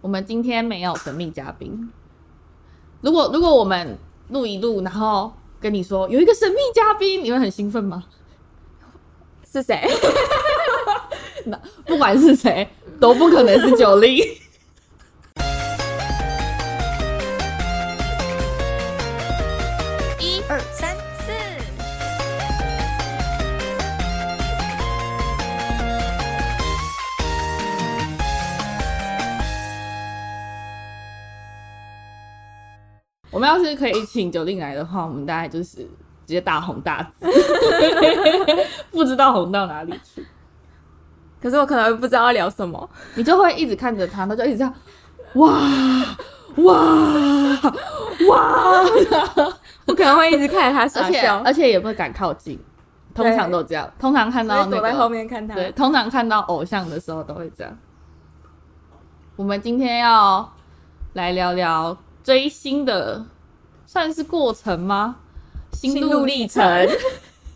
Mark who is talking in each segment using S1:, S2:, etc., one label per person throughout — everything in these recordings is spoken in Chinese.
S1: 我们今天没有神秘嘉宾。如果如果我们录一录，然后跟你说有一个神秘嘉宾，你会很兴奋吗？
S2: 是谁？
S1: 不管是谁，都不可能是九零。
S2: 一二三四，
S1: 我们要是可以请九令来的话，我们大概就是直接大红大紫， 不知道红到哪里去，
S2: 可是我可能不知道要聊什么。
S1: 你就会一直看着他，他就一直这样，哇哇哇，
S2: 我可能会一直看着他傻
S1: 而且
S2: 笑，
S1: 而且也不敢靠近，通常都这样，通常看
S2: 然
S1: 到
S2: 后
S1: 那
S2: 躲在后
S1: 个，
S2: 面看他。
S1: 对，通常看到偶像的时候都会这样。我们今天要来聊聊追星的，算是过程吗？心
S2: 心路
S1: 路
S2: 历
S1: 历
S2: 程
S1: 程。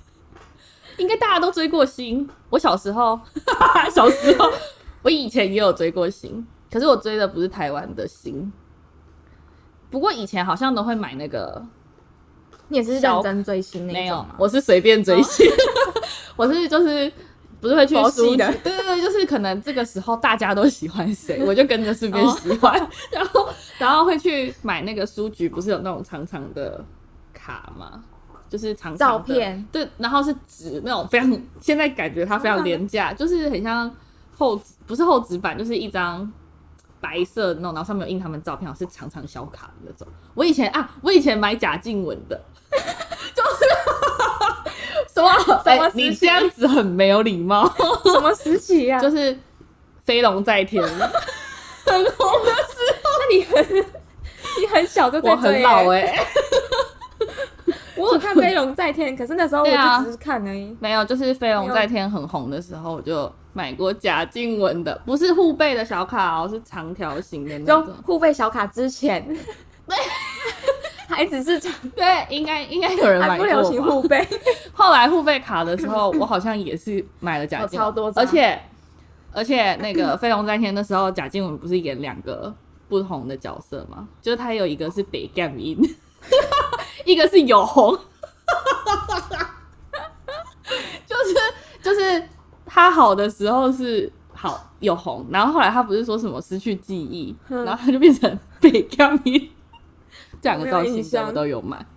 S1: 应该大家都追过星。我小时候， 小时候， 我以前也有追过星，可是我追的不是台湾的星。不过以前好像都会买那个，
S2: 你也是认真追星那
S1: 没
S2: 一
S1: 有
S2: 种吗，？
S1: 我是随便追星， 我是就是不是会 去
S2: 佛系
S1: 书局
S2: 的
S1: 对对对，就是可能这个时候大家都喜欢 谁，我就跟着顺便
S2: 哦
S1: 喜欢，然后然后会去买那个书局，不是有那种长长的卡吗？就是长长的
S2: 照片，
S1: 对，然后是纸那种非常，现在感觉它非常廉价，就是很像厚纸，不是厚纸板，就是一张白色的那种，然后上面有印他们照片，是长长小卡的那种。我以前啊，我以前买贾静雯的， 就是什么
S2: 什么
S1: 哎
S2: 事情
S1: 你这样子很没有礼貌，
S2: 什么时期啊 呀、
S1: 就是飞龙在 天，
S2: 那你很 你很小就在
S1: 我
S2: 追
S1: 很
S2: 耶
S1: 老哎、
S2: 我有看《飞龙在天》，可是那时候我
S1: 对啊
S2: 就只是看而已。
S1: 没有，就是飞龙在天很红的时候，我就买过贾静雯的，不是护背的小卡哦，是长条形的那
S2: 就
S1: 种。
S2: 互费小卡之前， 还只是
S1: 对，应该应该有人
S2: 还
S1: 买
S2: 啊不
S1: 过
S2: 流行
S1: 吧。
S2: 互费，
S1: 后来护贝卡的时候，我好像也是买了贾
S2: 我
S1: 静雯，
S2: 哦超多张
S1: 而且而且那个《飞龙在天》的时候，贾静雯不是演两个不同的角色吗？就是她有一个是北干音， 一个是有红，就是就是她好的时候是好有红，然后后来她不是说什么失去记忆，
S2: 嗯
S1: 然后她就变成北干音，这两个
S2: 我没有
S1: 造
S2: 印
S1: 型
S2: 象
S1: 我都有买。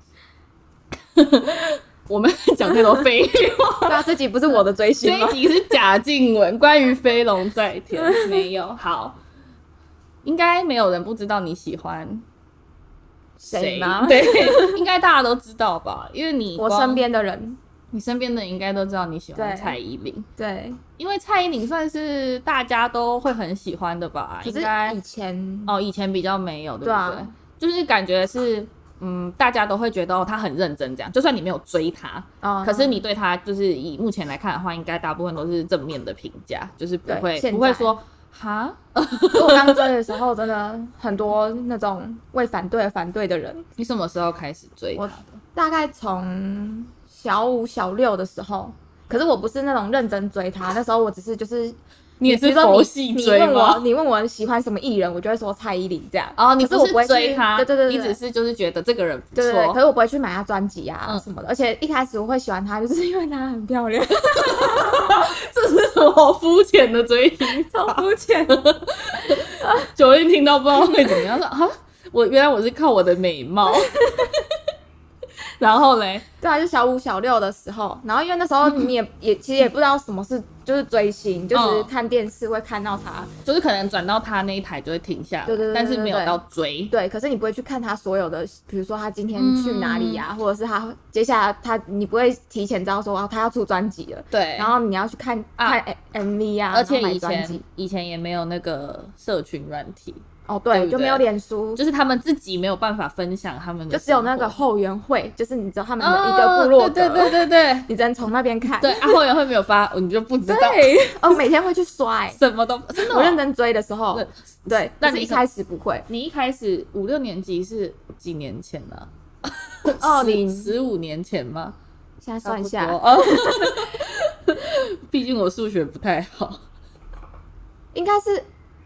S1: 我们讲太多废话。
S2: 对啊，这集不是我的追
S1: 这
S2: 星吗
S1: 一？集是贾静雯关于飞龙在天，没有好，应该没有人不知道你喜欢谁
S2: 吗？
S1: 对，应该大家都知道吧？因为你
S2: 我
S1: 光
S2: 身边的人，
S1: 你身边的人应该都知道你喜欢
S2: 对
S1: 蔡依林，
S2: 对，
S1: 因为蔡依林算是大家都会很喜欢的吧？
S2: 可
S1: 应
S2: 是
S1: 该
S2: 以前
S1: 哦，以前比较没有，对不
S2: 对
S1: 对？
S2: 啊
S1: 就是感觉是。嗯，大家都会觉得哦，他很认真，这样。就算你没有追他，
S2: 哦，
S1: 可是你对他就是以目前来看的话，应该大部分都是正面的评价，就是不
S2: 对
S1: 会
S2: 现
S1: 不
S2: 在
S1: 会说哈，
S2: 我刚追的时候，真的很多那种为反对而反对的人。
S1: 你什么时候开始追他
S2: 我
S1: 的？
S2: 大概从小五、小六的时候，可是我不是那种认真追他，那时候我只是就是，
S1: 你也是
S2: 比如说
S1: 佛系追
S2: 你问我
S1: 吗
S2: 你问我喜欢什么艺人，我就会说蔡依林这样。
S1: 哦，你
S2: 可是我
S1: 是
S2: 不会去
S1: 追他，
S2: 对对对对
S1: 你只是就是觉得这个人不
S2: 对对对，可
S1: 错，
S2: 是我不会去买她专辑啊
S1: 嗯
S2: 什么的，而且一开始我会喜欢她，就是因为她很漂亮，
S1: 这是什么肤浅的追星？
S2: 超肤 浅。
S1: 九令听到不知道会怎么样，说啊，我原来我是靠我的美貌， 然后嘞，
S2: 对啊，就小五、小六的时候，然后因为那时候你也也其实也不知道什么是就是追星，就是
S1: 嗯
S2: 看电视会看到她，
S1: 就是可能转到他那一台就会停下来，
S2: 对对对对
S1: 但是没有
S2: 对
S1: 到追，
S2: 对，可是你不会去看他所有的，比如说他今天去哪里
S1: 嗯
S2: 呀、或者是他接下来他，你不会提前知道说啊他要出专辑了，
S1: 对
S2: 然后你要去看、
S1: 啊
S2: 看 M- MV 呀、啊，
S1: 而且
S2: 然后买
S1: 以
S2: 专
S1: 前
S2: 辑
S1: 以前也没有那个社群软体，
S2: 哦，对，
S1: 对不对
S2: 就没有脸书，
S1: 就是他们自己没有办法分享他们的
S2: 就
S1: 生活，
S2: 只有那个后援会，就是你知道他们的
S1: 哦
S2: 一个部落格，
S1: 对对对对 对
S2: 你只能从那边看，
S1: 对，啊，后援会没有发，你就不知道
S2: 对，哦，每天会去刷、欸，
S1: 什么都真的哦、
S2: 我认真追的时候
S1: 对，
S2: 对，
S1: 那
S2: 可是
S1: 你
S2: 一
S1: 什
S2: 开始不会，
S1: 你一开始五六年级是几年前呢、啊？
S2: 二零
S1: 十五年前吗？
S2: 现在哦算一下
S1: 差不，多哦， 毕竟我数学不太好。
S2: 应该是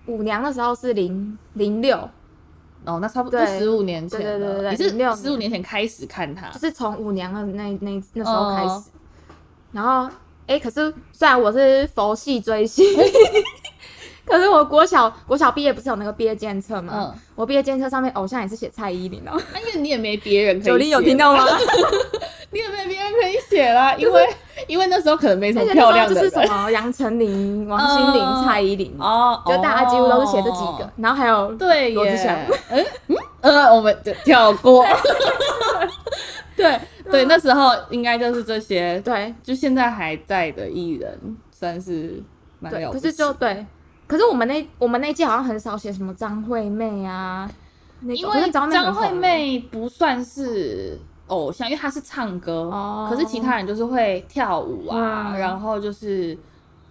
S2: 舞娘那时候是零零六，
S1: 哦，那差不多
S2: 对
S1: 十五年前
S2: 对对对
S1: 了，
S2: 对
S1: 你
S2: 16
S1: 是
S2: 年
S1: 十五年前开始看他啊
S2: 就，是从舞娘的那那那时候开始。
S1: 哦
S2: 然后，哎、可是虽然我是佛系追星， 可是我国小国小毕业不是有那个毕业监测吗？
S1: 嗯
S2: 我毕业监测上面偶像也是写蔡依林哦。
S1: 啊因为你也没别人可以写，
S2: 九零有听到吗？
S1: 你也没别人可以写啦，因为因为那时候可能没什
S2: 而
S1: 么
S2: 且
S1: 漂
S2: 那
S1: 亮
S2: 时候
S1: 的
S2: 就是什
S1: 人
S2: 么杨丞琳、王心凌、
S1: 嗯
S2: 蔡依林，
S1: 哦，
S2: 就大家几乎都是写这几个。
S1: 哦。
S2: 然后还有
S1: 对耶，
S2: 罗志祥，
S1: 嗯嗯呃，我们就跳 过。对对，
S2: 嗯
S1: 那时候应该就是这些，
S2: 对
S1: 就现在还在的艺人，算是蛮
S2: 对，
S1: 了
S2: 可
S1: 不
S2: 是
S1: 起。
S2: 就对，可是我们那我们那一届好像很少写什么张惠妹啊，那种
S1: 因
S2: 可
S1: 为
S2: 是张
S1: 张
S2: 惠
S1: 惠
S2: 妹
S1: 妹不算是偶像，因为她是唱歌，
S2: 哦
S1: 可是其他人就是会跳舞啊，
S2: 嗯
S1: 然后就是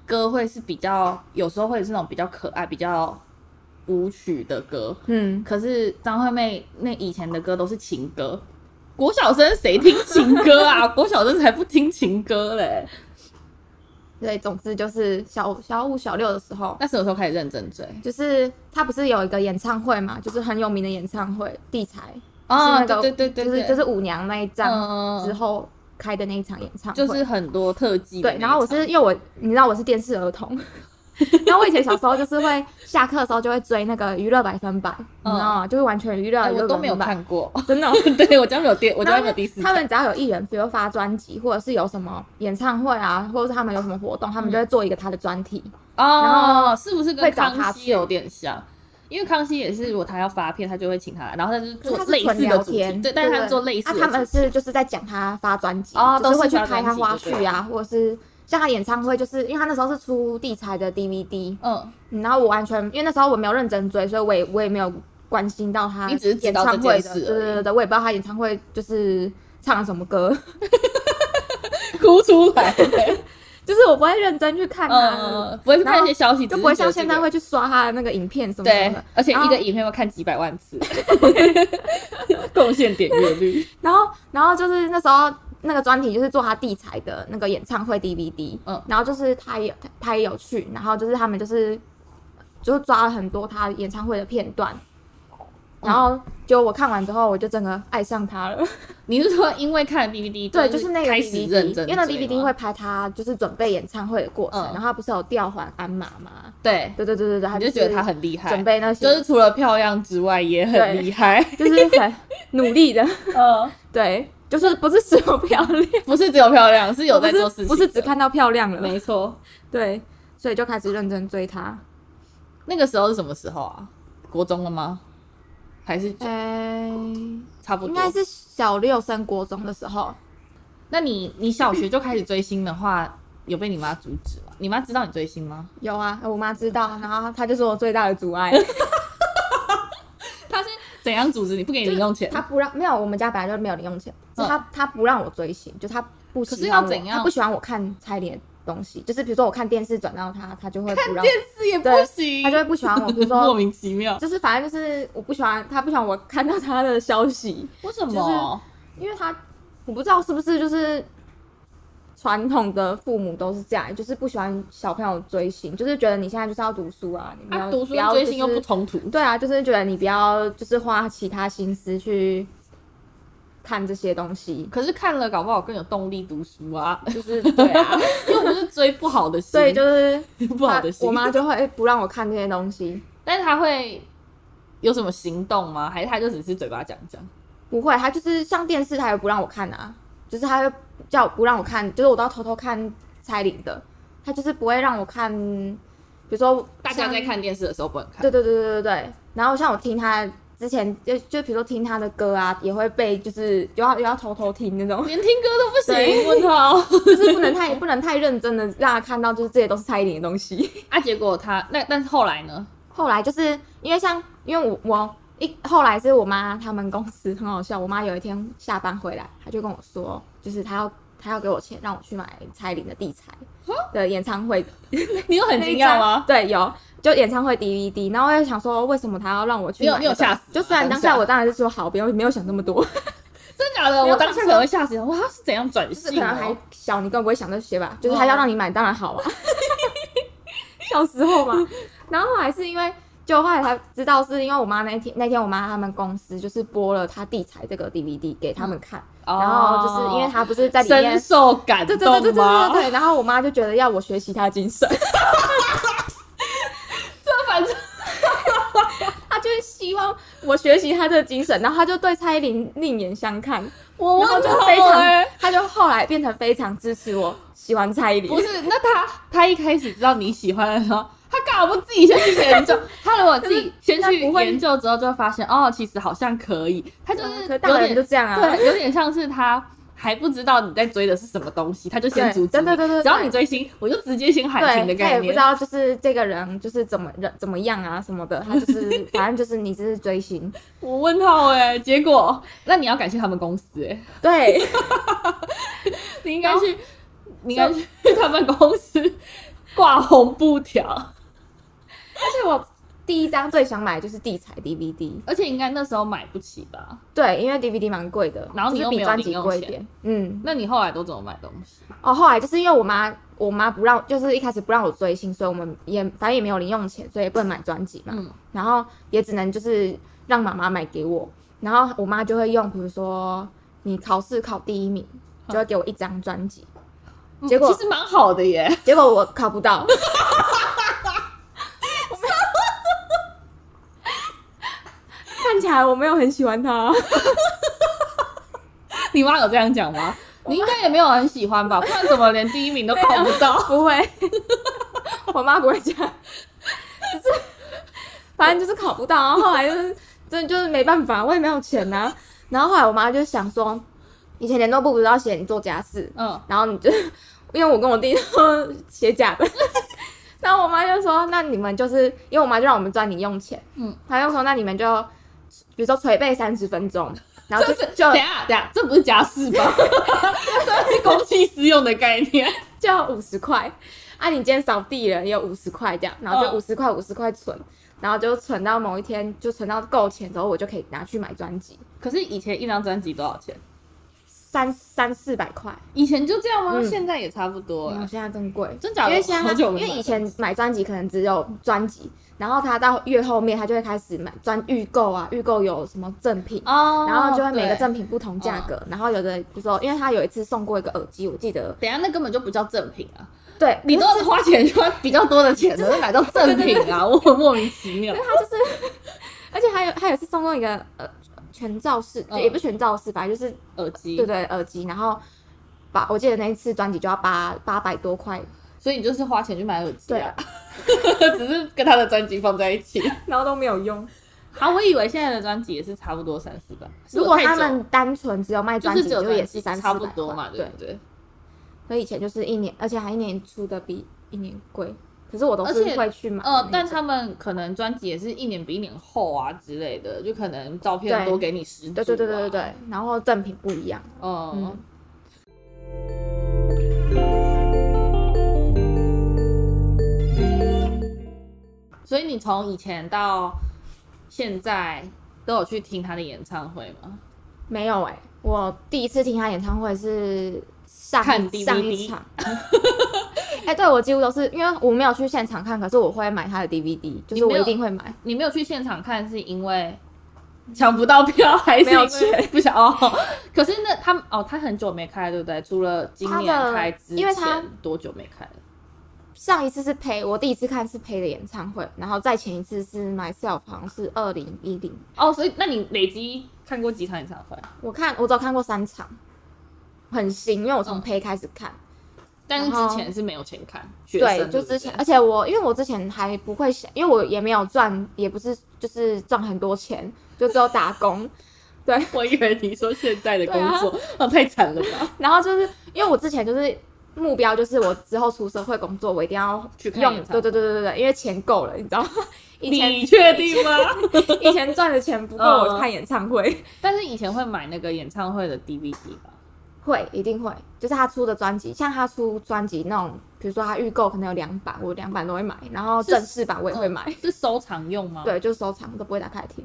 S1: 歌会是比较，有时候会是那种比较可爱、比较舞曲的歌。
S2: 很红，嗯，
S1: 可是张惠妹那以前的歌都是情歌，国小生谁听情歌 啊？国小生才不听情歌嘞！
S2: 对，总之就是小小五小六的时候，
S1: 那什么时候开始认真追？
S2: 就是他不是有一个演唱会嘛，就是很有名的演唱会，地才
S1: 啊，
S2: 哦就是那个
S1: 对对对对，
S2: 就是就是舞娘那一仗
S1: 嗯
S2: 之后开的那一场演唱会，
S1: 就是很多特技的那
S2: 对
S1: 一，
S2: 然后我
S1: 场
S2: 是因为我你知道我是电视儿童。 然后我以前小时候就是会下课的时候就会追那个娱乐百分百，你知道吗？就是完全娱乐，
S1: 哎
S2: 娱乐
S1: 我都没有
S2: 百分百
S1: 看过，
S2: 真的哦、
S1: 对我家没有 第，我家没有第四
S2: 他
S1: 台。
S2: 们只要有艺人，比如发专辑，或者是有什么演唱会啊，或者是他们有什么活动，
S1: 嗯
S2: 他们就会做一个他的专题。然
S1: 哦，是不是
S2: 会
S1: 跟
S2: 找他
S1: 康熙
S2: 去
S1: 有点像？因为康熙也是，如果他要发片，他就会请他来，然后他就是
S2: 可是
S1: 做
S2: 他是
S1: 类
S2: 纯
S1: 似的
S2: 聊
S1: 主题
S2: 天，，
S1: 对，但是
S2: 对
S1: 他做类似
S2: 啊
S1: 的主题。
S2: 他们是就是在讲他发专辑，
S1: 哦
S2: 就是会
S1: 都是
S2: 去
S1: 发
S2: 拍
S1: 专
S2: 他
S1: 辑
S2: 花
S1: 就对
S2: 絮啊，或者是像他演唱会，就是因为他那时候是出地才的 DVD，
S1: 嗯，
S2: 然后我完全因为那时候我没有认真追，所以我也我也没有关心到他
S1: 你只是知
S2: 演
S1: 道
S2: 唱
S1: 这
S2: 会
S1: 件
S2: 的，
S1: 事
S2: 对
S1: 而
S2: 对对对，我也不知道他演唱会就是唱了什么歌，
S1: 哭出来，
S2: 就是我不会认真去看他。
S1: 嗯，不会看一些消息，
S2: 就不会像
S1: 只是
S2: 现
S1: 觉得
S2: 在
S1: 这个
S2: 会去刷他的那个影片什么什么
S1: 对
S2: 的，，
S1: 而且
S2: 然
S1: 一
S2: 后
S1: 个影片要看几百万次， 贡献点阅率。
S2: 然后，然后就是那时候那个专题就是做他地才的那个演唱会 DVD，
S1: 嗯
S2: 然后就是他也他他也有去，然后就是他们就是就是抓了很多他演唱会的片段，
S1: 嗯
S2: 然后就我看完之后，我就整个爱上他 了。
S1: 你是说因为看了 DVD，
S2: 对，就是那个
S1: 开始
S2: DVD，
S1: 认真追吗，
S2: 因为那 DVD 会拍他就是准备演唱会的过程，
S1: 嗯
S2: 然后他不是有调换鞍马吗？
S1: 对，
S2: 对对对对对，他
S1: 你就是觉得他很厉害，
S2: 准备那些，
S1: 就是除了漂亮之外也
S2: 对
S1: 很厉 害，
S2: 就是很努力的，
S1: 嗯，
S2: 对，就是不是只有漂亮，
S1: 不是只有漂亮，是有在做事情
S2: 哦不是不是
S1: 的
S2: 只看到漂亮了，
S1: 没错，
S2: 对，所以就开始认真追他。
S1: 那个时候是什么时候啊？国中了吗？还是
S2: 哎，
S1: 差不多？
S2: 应该是小六升国中的时候，
S1: 那你你小学就开始追星的话，有被你妈阻止吗？你妈知道你追星吗？
S2: 有啊，我妈知道，然后她就是我最大的阻碍。
S1: 她是怎样阻止你不给你 零用钱？
S2: 她不让，没有，我们家本来就没有零用钱，是
S1: 嗯
S2: 她她不让我追星，就她不
S1: 可是
S2: 喜
S1: 要
S2: 欢我，
S1: 怎样
S2: 她不喜欢我看蔡脸东西，就是比如说我看电视转到她，她就会不让我，
S1: 是也
S2: 对
S1: 行
S2: 她就会不喜欢我，比如
S1: 莫
S2: 说。
S1: 名其妙，
S2: 就是反正就是我不喜欢她不喜欢我看到她的消息，
S1: 为什
S2: 么？因为她我不知道是不是就是传统的父母都是这样，就是不喜欢小朋友追星，就是觉得你现在就是要读书啊，你不要、
S1: 啊，读书
S2: 不要
S1: 追星又不
S2: 就是
S1: 冲突。
S2: 对啊，就是觉得你不要就是花其他心思去看这些东西，
S1: 可是看了，搞不好更有动力读书啊，
S2: 就是对啊，
S1: 又不 是追不 好的星，
S2: 所以就是
S1: 是 不好的
S2: 她
S1: 星。
S2: 我妈，就会不让我看这些东西，
S1: 但是她会有什么行动吗？还是她就只是嘴巴讲讲？
S2: 不会，她就是像电视，她也不让我看啊，就是她会叫我不让我看，就是我都要偷偷看彩铃的，她就是不会让我看，比如说
S1: 大家
S2: 像
S1: 在看电视的时候不能看。
S2: 对对对对对对。然后像我听他之前就就比如说听他的歌啊，也会被就是有要有要偷偷听那种，
S1: 连听歌都不
S2: 对
S1: 行，我操！
S2: 就是不能太不能太认真的让他看到，就是这些都是蔡依林的东西。
S1: 啊，结果他那但是后来呢？
S2: 后来就是因为像因为我我一后来是我妈他们公司很好笑，我妈有一天下班回来，她就跟我说，就是她要她要给我钱让我去买蔡依林的地产的演唱会
S1: 你有哦很惊讶吗？
S2: 对，有就演唱会 DVD，然后我就想说，为什么他要让我去
S1: 你有
S2: 买
S1: 你有
S2: 那个
S1: 吓死
S2: 就
S1: 吗
S2: 虽然当
S1: 当下
S2: 下我当然是说好，不要没有想那么多，
S1: 真假的？
S2: 没有
S1: 我当时可能会吓死，哇，他是怎样转
S2: 就是
S1: 性
S2: 可
S1: 的？
S2: 能还小，你根本不会想这些吧？就是他要让你买，当然好啊。小时候嘛，然后后来是因为就后来才知道，是因为我妈那天那天我妈他们公司就是播了她地才这个 DVD 给他们看，然后就是因为她不是在里面
S1: 深，受感
S2: 对
S1: 动
S2: 对对对对对
S1: 吗？
S2: 对，然后我妈就觉得要我学习她精神，
S1: 这反正
S2: 她就是希望我学习她的精神，然后她就对蔡依林另眼相看，
S1: 我
S2: 然后
S1: 问
S2: 就
S1: 他
S2: 非
S1: 欸
S2: 常，她就后来变成非常支持我喜欢蔡依林，
S1: 不是，那他他一开始知道你喜欢的时候，他干嘛不自己先去研究？他如果自己先去
S2: 那不会
S1: 研究之后，就会发现哦，其实好像可以。他就是
S2: 可是
S1: 有
S2: 大人
S1: 点、
S2: 就这样啊，
S1: 对，有点像是他还不知道你在追的是什么东西，他就先
S2: 对
S1: 阻止
S2: 对
S1: 你。
S2: 对对对
S1: 只要
S2: 对
S1: 你追星，我就直接先喊停的
S2: 对，他
S1: 概
S2: 也不
S1: 念
S2: 知。道就是这个人就是怎么人怎么样啊什么的，他就是 反正就是你只是追星，
S1: 我问号哎、结果 那你要感谢他们公司哎、
S2: 对，
S1: 你应该去，你应该去他们公司挂红布条，
S2: 而且我第一张最想买的就是地彩 DVD，
S1: 而且应该那时候买不起吧？
S2: 对，因为 DVD 蛮贵的，
S1: 然后你
S2: 就
S1: 又
S2: 是
S1: 没有
S2: 比专辑
S1: 零用
S2: 贵一
S1: 钱
S2: 点，嗯，
S1: 那你后来都怎么买东西？
S2: 哦，后来就是因为我妈，我妈不让，就是一开始不让我追星，所以我们也反正也没有零用钱，所以也不能买专辑嘛。
S1: 嗯
S2: 然后也只能就是让妈妈买给我，然后我妈就会用，比如说你考试考第一名，就会给我一张专辑。
S1: 嗯
S2: 结果
S1: 其实蛮好的耶，
S2: 结果我考不到。我没有看起来我没有很喜欢他，
S1: 你妈有这样讲吗？你应该也没有很喜欢吧？不然怎么连第一名都考不 到？
S2: 不会，我妈不会这样，就是反正就是考不到，然后后来就是真的就是没办法，我也没有钱呐、然后后来我妈就想说，以前联络部不是要写你做家事，
S1: 嗯，
S2: 然后你就 因为我跟我弟都写假的， 然后我妈就说：“那你们就是因为我妈就让我们赚零用钱，
S1: 嗯
S2: 嗯，她就说那你们就比如说捶背三十分钟，然后
S1: 这
S2: 就是就
S1: 等一下等一下，这不是家事吧？这是公器私用的概念。
S2: 就五十块啊，你今天扫地了也有五十块这样，然后就
S1: 嗯
S2: 五十块五十块存，然后就存到某一天就存到够钱之后，我就可以拿去买专辑，
S1: 可是以前一张专辑多少钱？
S2: 三三四百块，
S1: 以前就这样吗？
S2: 嗯
S1: 现在也差不多
S2: 嗯，
S1: 啊。
S2: 现在更贵，
S1: 真假的
S2: 因为现在
S1: 好
S2: 他
S1: 久
S2: 因
S1: 没
S2: 为
S1: 买
S2: 以前买专辑可能只有专辑，然后他到越后面他就会开始买专预购啊，预购有什么赠品。
S1: 哦
S2: 然后就会每个
S1: 对哦
S2: 赠品不同价格，然后有的比如说，因为他有一次送过一个耳机，我记得
S1: 等一下那根本就不叫赠品啊！
S2: 对，
S1: 你都是花钱花比较多的钱，怎么会买到赠品啊？我很莫名其妙
S2: 因。为他就是，而且还有还有一次送过一个呃全罩式，
S1: 嗯
S2: 也不是全罩式，反正就是
S1: 耳机，
S2: 对对耳机，然后把我记得那一次专辑就要八八百多块，
S1: 所以你就是花钱去买耳机
S2: 对
S1: 啊，只是跟他的专辑放在一起。
S2: 然后都没有用。
S1: 好，我以为现在的专辑也是差不多三四百。是
S2: 如
S1: 我
S2: 果
S1: 太久
S2: 他们单纯只有卖
S1: 就
S2: 专
S1: 是
S2: 辑，
S1: 只有
S2: 就也
S1: 专
S2: 是
S1: 辑
S2: 三
S1: 差不多嘛，
S2: 400
S1: 对
S2: 块
S1: 不对？
S2: 所以以前就是一年，而且还一年出的比一年贵，可是我都
S1: 而
S2: 是
S1: 且
S2: 会去买的那
S1: 呃
S2: 种。，
S1: 但他们可能专辑也是一年比一年厚啊之类的，就可能照片
S2: 对
S1: 多给你十组、啊。
S2: 对对对对对对，然后赠品不一样。
S1: 嗯
S2: 嗯，
S1: 所以你从以前到现在都有去听他的演唱会吗？
S2: 没有哎、我第一次听他演唱会是上
S1: 看
S2: 一
S1: DVD
S2: 上一场。 哎、对我几乎都是因为我没有去现场看，可是我会买他的 DVD，就
S1: 你
S2: 是
S1: 没
S2: 我
S1: 有
S2: 一定会买。
S1: 你没有去现场看，是因为抢不到票，还是因为
S2: 没有
S1: 不想哦？可是那他哦，他很久没开，对不对？除了今
S2: 他
S1: 年
S2: 的
S1: 开之前，
S2: 因为他
S1: 多久没开了？
S2: 上一次是裴，我第一次看是裴的演唱会，然后再前一次是 Myself，好像是二零一零。
S1: 哦，所以那你累积看过几场演唱会？
S2: 我看我只有看过三场，很新，因为我
S1: 嗯
S2: 从胚开始看。
S1: 但是
S2: 然后
S1: 之前是没有钱看，学生
S2: 对，就
S1: 嗯不对
S2: 之前，而且我因为我之前还不会想，因为我也没有赚，也不是就是赚很多钱，就只有打工。
S1: 我以为你说现在的工作，哦，太惨了 吧？
S2: 然后就是因为我之前就是目标就是我之后出社会工作，我一定要
S1: 去看
S2: 用
S1: 演，唱会
S2: 对对对对对，因为钱够了，你知道吗？以前
S1: 你确定吗？
S2: 以前赚的钱不够
S1: 嗯
S2: 我看演唱会，
S1: 但是以前会买那个演唱会的 DVD 吧？
S2: 会一定会，就是他出的专辑，像他出专辑那种，比如说他预购可能有两版，我两版都会买，然后
S1: 是嗯
S2: 正式版我也会买，
S1: 是收藏用吗？
S2: 对，就收藏都不会打开来听，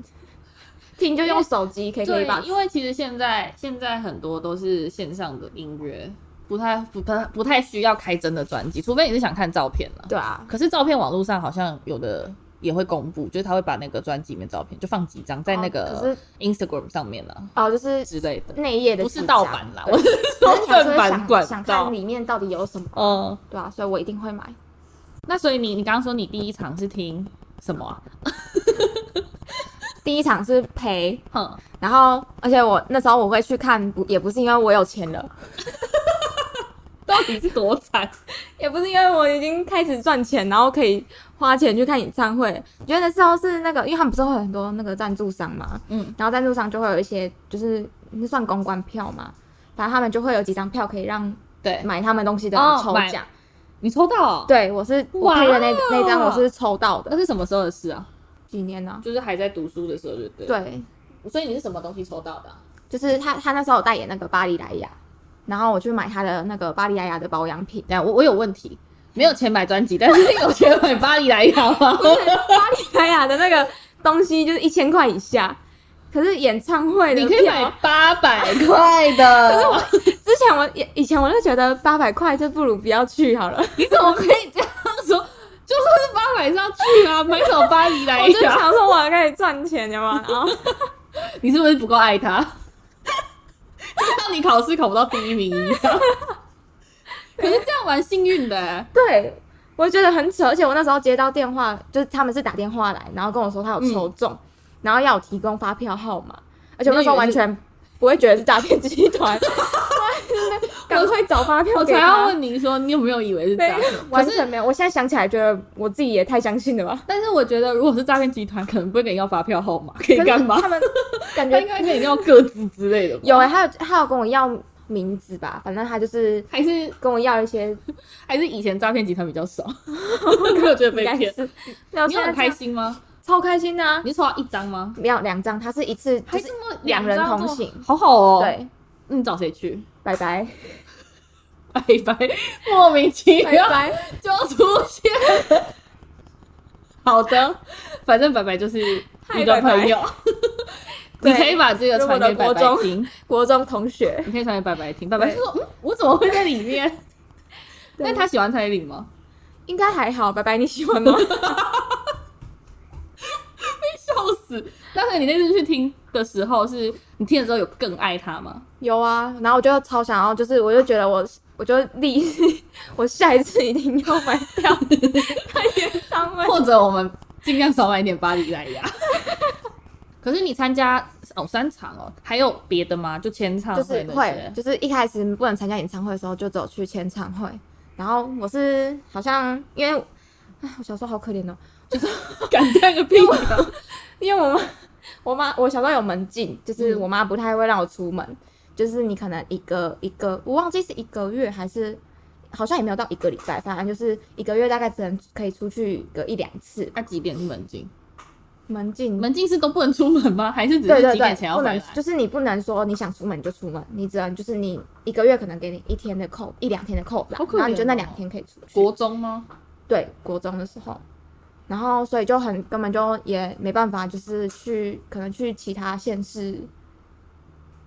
S2: 听就用手机可以可以
S1: 对
S2: 吧，？
S1: 因为其实现在现在很多都是线上的音乐，不太不不不太需要开真的专辑，除非你是想看照片了。
S2: 对啊，
S1: 可是照片网络上好像有的也会公布，就是他会把那个专辑里面照片就放几张在那
S2: 哦
S1: 个
S2: 可是
S1: Instagram 上面啦
S2: 哦，就是
S1: 之类的，
S2: 内页的
S1: 不嗯
S2: 纸
S1: 是
S2: 张
S1: 盗版啦，
S2: 对
S1: 我是
S2: 可
S1: 说
S2: 是想说
S1: 正版管
S2: 想想
S1: 道
S2: 看。里面到底有什么，
S1: 嗯，
S2: 对啊，所以我一定会买。
S1: 那所以你你刚刚说你第一场是听什么啊？
S2: 第一场是陪，
S1: 哼，
S2: 然后而且我那时候我会去看，不也不是因为我有钱了，
S1: 到底是多惨？
S2: 也不是因为我已经开始赚钱，然后可以花钱去看演唱会。觉得那时候是那个，因为他们不是会有很多那个赞助商嘛，
S1: 嗯，
S2: 然后赞助商就会有一些就是那算公关票嘛，反正他们就会有几张票可以让
S1: 对，
S2: 买他们东西的人
S1: 哦
S2: 抽
S1: 买
S2: 奖。
S1: 你抽到哦、
S2: 对，我是我
S1: 哇
S2: 配的那那张，
S1: 哦
S2: 我是抽到的。
S1: 那是什么时候的事啊？
S2: 几年呢、
S1: 就是还在读书的时候，就对。，
S2: 对，
S1: 所以你是什么东西抽到的啊、
S2: 就是他他那时候有代言那个巴黎莱雅，然后我去买他的那个巴黎莱雅的保养品。
S1: 等一下我我有问题，没有钱买专辑，但 是有钱买巴黎莱雅吗？
S2: 哎呀的那个东西就是一千块以下，可是演唱会的
S1: 你可以买
S2: 票
S1: 八百块的，
S2: 之前我以以前我就觉得八百块就不如不要去好了，
S1: 你怎么可以这样说？就算是八百上去啊，买什么巴黎莱
S2: 我就
S1: 雅？
S2: 想说我可以赚钱的嘛，然后
S1: 你是不是不够爱他？就像你考试考不到第一名一样。 可是这样蛮幸运的、欸，
S2: 对我觉得很扯，而且我那时候接到电话，就是他们是打电话来，然后跟我说他有抽
S1: 嗯
S2: 中，然后要我提供发票号码，而且我那时候完全不会觉得是诈骗 集团，赶快找发票
S1: 我
S2: 给
S1: 才
S2: 他
S1: 要。问你说，你有没有以为是这
S2: 对
S1: 样？，
S2: 完全没有。我现在想起来，觉得我自己也太相信了吧？
S1: 但是我觉得，如果是诈骗集团，可能不会跟你要发票号 码，可以干嘛
S2: 可是？他们 感
S1: 他应
S2: 觉
S1: 该跟你要各自之类的吧？
S2: 有哎、他有他有跟我要名字吧，反正他就是
S1: 还是
S2: 跟我要一些
S1: 还是以前诈骗集团比较 少，可我觉得被
S2: 应该
S1: 骗。
S2: 是，没有
S1: 你
S2: 现在
S1: 很
S2: 这
S1: 开
S2: 样
S1: 心吗？
S2: 超开心的、啊，
S1: 你是抽到一张吗？
S2: 没有两张，他是一次就
S1: 还
S2: 是
S1: 这么
S2: 两人
S1: 张
S2: 同
S1: 这么
S2: 行
S1: 好好哦。，
S2: 对，
S1: 你找谁去？
S2: 拜 拜
S1: 拜拜，莫名其
S2: 拜
S1: 妙
S2: 拜，
S1: 就出现。好的，反正白白就是你的
S2: 嗨白白
S1: 朋友，
S2: 对
S1: 你可以把这个传给白
S2: 如
S1: 白
S2: 果的国中
S1: 听，
S2: 国中同学，
S1: 你可以传给白白听。白白
S2: 对
S1: 就说：“嗯，我怎么会在里面？”
S2: 对
S1: 但他喜欢蔡依林吗？
S2: 应该还好，拜拜，你喜欢吗？
S1: 笑死！但是你那次去听的时候是，你听了之后有更爱他 吗？
S2: 有啊，然后我就超想要，就是我就觉得我我就立， 我下一次一定要 买票看演唱会，
S1: 或者我们尽量少买一点巴黎莱 雅。可是你参加哦三场哦，还有别的吗？就签唱
S2: 就是
S1: 那
S2: 会
S1: 些，
S2: 就是一开始不能参加演唱会的时候，就走去签唱会。然后我是好像因为，唉我小时候好可怜哦，
S1: 敢干个屁啊！
S2: 因为我妈，我妈，我小时候有门禁，
S1: 嗯
S2: 就是我妈不太会让我出门，就是你可能一个一个，我忘记是一个月还是，好像也没有到一个礼拜，反正就是一个月大概只能可以出去个一两次。
S1: 那几点是门禁？
S2: 门禁，
S1: 门禁是都不能出门吗？还是只
S2: 对
S1: 是
S2: 对
S1: 几点前
S2: 对，
S1: 要
S2: 不
S1: 回来？
S2: 能就是你不能说你想出门你就出门，你只能就是你一个月可能给你一天的扣一两天的扣打，
S1: 好可
S2: 然后你就
S1: 怜
S2: 那
S1: 哦
S2: 两天可以出去。
S1: 国中吗？
S2: 对国中的时候，然后所以就很根本就也没办法，就是去可能去其他县市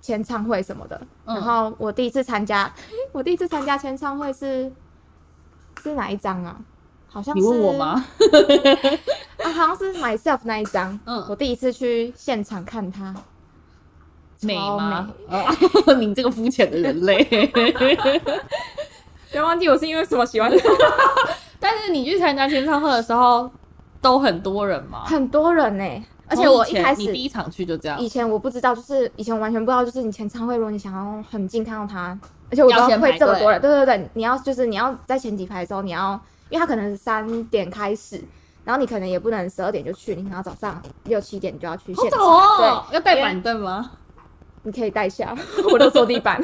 S2: 签唱会什么的。
S1: 嗯
S2: 然后我第一次参加， 我第一次参加签唱会是是哪一张啊？好像
S1: 你
S2: 是
S1: 问我吗？
S2: 啊，好像是 myself 那一张。
S1: 嗯
S2: 我第一次去现场看他，
S1: 美吗
S2: 超？
S1: 哦你这个肤浅的人类。
S2: 不要忘记我是因为什么喜欢他。
S1: 但是你去参加签唱会的时候，都很多人吗？
S2: 很多人呢、 欸而且
S1: 哦从以
S2: 我一
S1: 前
S2: 开
S1: 你
S2: 始
S1: 第一场去就这样，
S2: 以前我不知道，就是以前我完全不知道，就是你前唱会，如果你想要很近看到他，而且我
S1: 要
S2: 都
S1: 先
S2: 会
S1: 排
S2: 这么
S1: 队
S2: 多人，对对对，你要就是你要在前几排的时候，你要，因为他可能三点开始，然后你可能也不能十二点就去，你可能要早上六七点就要去
S1: 好
S2: 现场，
S1: 早哦，要带板凳吗？
S2: 对，你可以带下， 我都坐地板。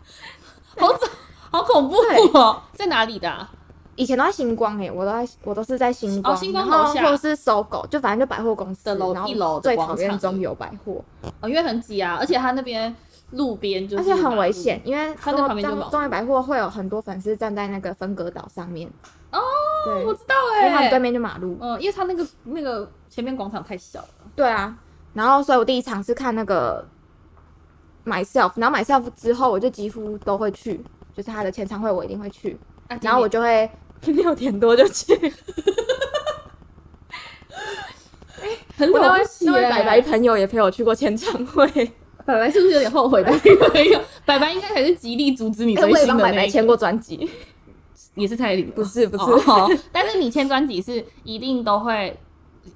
S1: 好早，好恐怖哦！在哪里的啊？
S2: 以前都在星光哎、我都在我都是在星光，
S1: 哦星光
S2: 然后
S1: 楼下
S2: 或者是搜狗，就反正就百货公司
S1: 的楼
S2: 然后
S1: 一楼的
S2: 最讨
S1: 广
S2: 厌
S1: 场
S2: 中油百货，
S1: 哦，因为很挤啊，而且他那边路边就
S2: 而
S1: 是，
S2: 且很危。险，因为
S1: 它那旁边就有
S2: 中中油百货会有很多粉丝站在那个分隔岛上面。
S1: 哦，
S2: 对，
S1: 我知道
S2: 因为他
S1: 哎、
S2: 们
S1: 欸，
S2: 对面就马路。
S1: 嗯，因为他那个那个前面广场太小了，
S2: 对啊，然后所以我第一场是看那个 myself，然后 myself 之后我就几乎都会去，就是他的签唱会我一定会去，
S1: 啊
S2: 然后我就会六点多就去。
S1: 很
S2: 我
S1: 了
S2: 那
S1: 不
S2: 位
S1: 起
S2: 那位
S1: 耶
S2: 白白朋友也陪我去过签唱会，
S1: 白白是不是有点后悔的？没有，白白应该才是极力阻止你
S2: 哎
S1: 追
S2: 我也
S1: 星
S2: 帮
S1: 的
S2: 白
S1: 那
S2: 白
S1: 一
S2: 签
S1: 个，
S2: 过专辑，
S1: 也是蔡依林吗，
S2: 不是不是
S1: 哦 哦但是你签专辑是一定都会，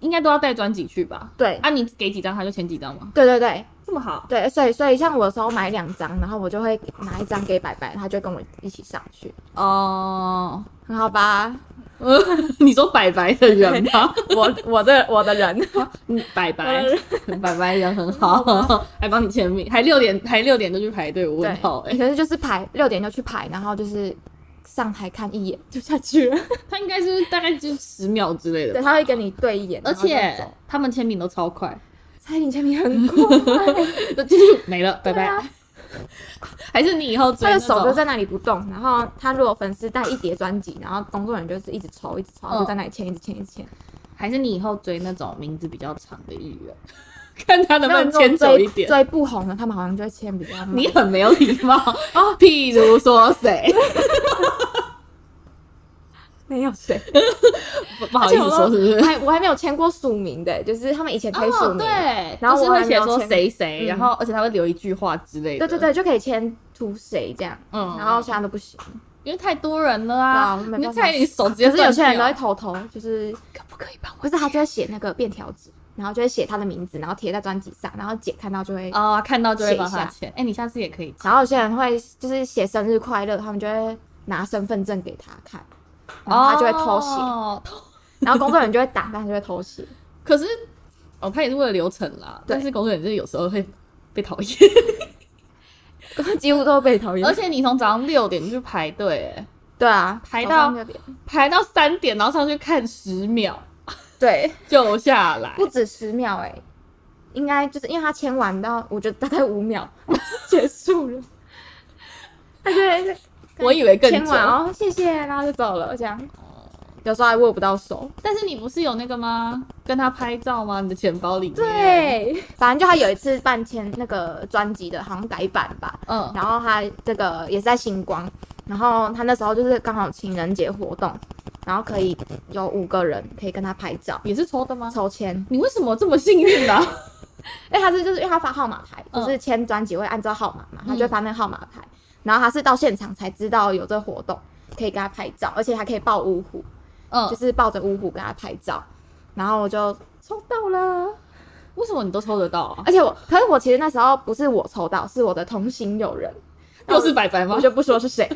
S1: 应该都要带专辑去吧？
S2: 对
S1: 啊，你给几张他就签几张吗？
S2: 对对对
S1: 这么好，
S2: 对，所以所以像我有时候买两张，然后我就会拿一张给白白，他就跟我一起上去，
S1: 哦，
S2: 很好吧？
S1: 呃，你说白白的人吗？
S2: 我我的我 的人，
S1: 嗯，白白，白白人很
S2: 哦
S1: 好， 还帮你签名，还六点还六点就去排队，我问号哎、
S2: 可是就是排六点就去排，然后就是上台看一眼就下去 了，
S1: 他应该是大概就十秒之类的
S2: 对，
S1: 吧，
S2: 他会跟你对一眼，
S1: 而
S2: 然后就
S1: 且
S2: 走
S1: 他们签名都超快，
S2: 蔡依林签名很啊 快，
S1: 就就是没了，拜拜。
S2: 对啊
S1: 还是你以后追那
S2: 他的手就
S1: 种
S2: 在那里不动，然后他如果粉丝带一叠专辑，然后工作人员就是一直抽一直抽，
S1: 嗯
S2: 就在那里签一直签一直签。
S1: 还是你以后追那种名字比较长的艺人， 看他能不
S2: 那
S1: 能
S2: 如果
S1: 牵走
S2: 追
S1: 一点。
S2: 追不红的，他们好像就会签比较慢。
S1: 你很没有礼 貌
S2: 哦
S1: 哦譬如说谁，
S2: 没有谁，
S1: 不不好意思说是不
S2: 我
S1: 是？
S2: 还我还没有签过署名的，就是他们以前 可以署
S1: 哦
S2: 名，
S1: 对，
S2: 然后
S1: 就是
S2: 我
S1: 会
S2: 还没
S1: 写
S2: 有
S1: 说
S2: 签
S1: 谁谁，
S2: 嗯
S1: 然后而且他会留一句话之类的。
S2: 对对，对，就可以签图谁这样，
S1: 嗯
S2: 然后现在都不行。
S1: 因为太多人了
S2: 对啊
S1: 啊，
S2: 没办
S1: 你
S2: 法
S1: 蔡依林手直接
S2: 可是有
S1: 断
S2: 些
S1: 掉
S2: 人都会偷偷，就是
S1: 可不可以帮
S2: 不是他就会写那个便条纸，然后就会写他的名字，然后贴在专辑上，然后姐看到就会。
S1: 我？啊，看到就会
S2: 写一
S1: 帮他
S2: 下
S1: 签。哎，你下次也可以签。
S2: 然后有些人会就是写生日快乐，他们就会拿身份证给他看，然后他就会偷写，
S1: 哦偷
S2: 然后工作人员就会打，但他就会偷 写。
S1: 可是哦，他也是为了流程啦，
S2: 对
S1: 但是工作人员就是有时候会被讨厌，
S2: 几乎都被讨厌。
S1: 而且你从早上六点就去排队，哎
S2: 对啊，
S1: 排
S2: 早
S1: 到
S2: 上六点
S1: 排到三点，然后上去看十秒
S2: 对，
S1: 就下来
S2: 不，止十秒哎、应该就是因为他签完到，我觉得大概五秒结束了。他就会
S1: 我以为更
S2: 签
S1: 久。
S2: 完哦，谢谢，然后就走了这样。有时候还握不到手，
S1: 但是你不是有那个吗？跟他拍照吗？你的钱包里面。，
S2: 对，反正就他有一次办签那个专辑的，好像改版吧，
S1: 嗯，
S2: 然后他这个也是在星光，然后他那时候就是刚好情人节活动，然后可以有五个人可以跟他拍照
S1: 也是抽的吗？
S2: 抽签，
S1: 你为什么这么幸运呢、 啊？
S2: 因为他是就是因为他发号码牌，
S1: 嗯
S2: 就是签专辑会按照号码嘛，他
S1: 嗯
S2: 就发那个号码牌，然后他是到现场才知道有这活动，可以跟他拍照，而且还可以抱五虎，就
S1: 嗯，
S2: 是抱着五虎跟他拍照，然后我就抽到
S1: 嗯
S2: 了，
S1: 为什么你都抽得到啊？
S2: 而且我可是我其实那时候不是我抽到，是我的同行友人，
S1: 又是白白吗
S2: 嗯我？就不说是谁，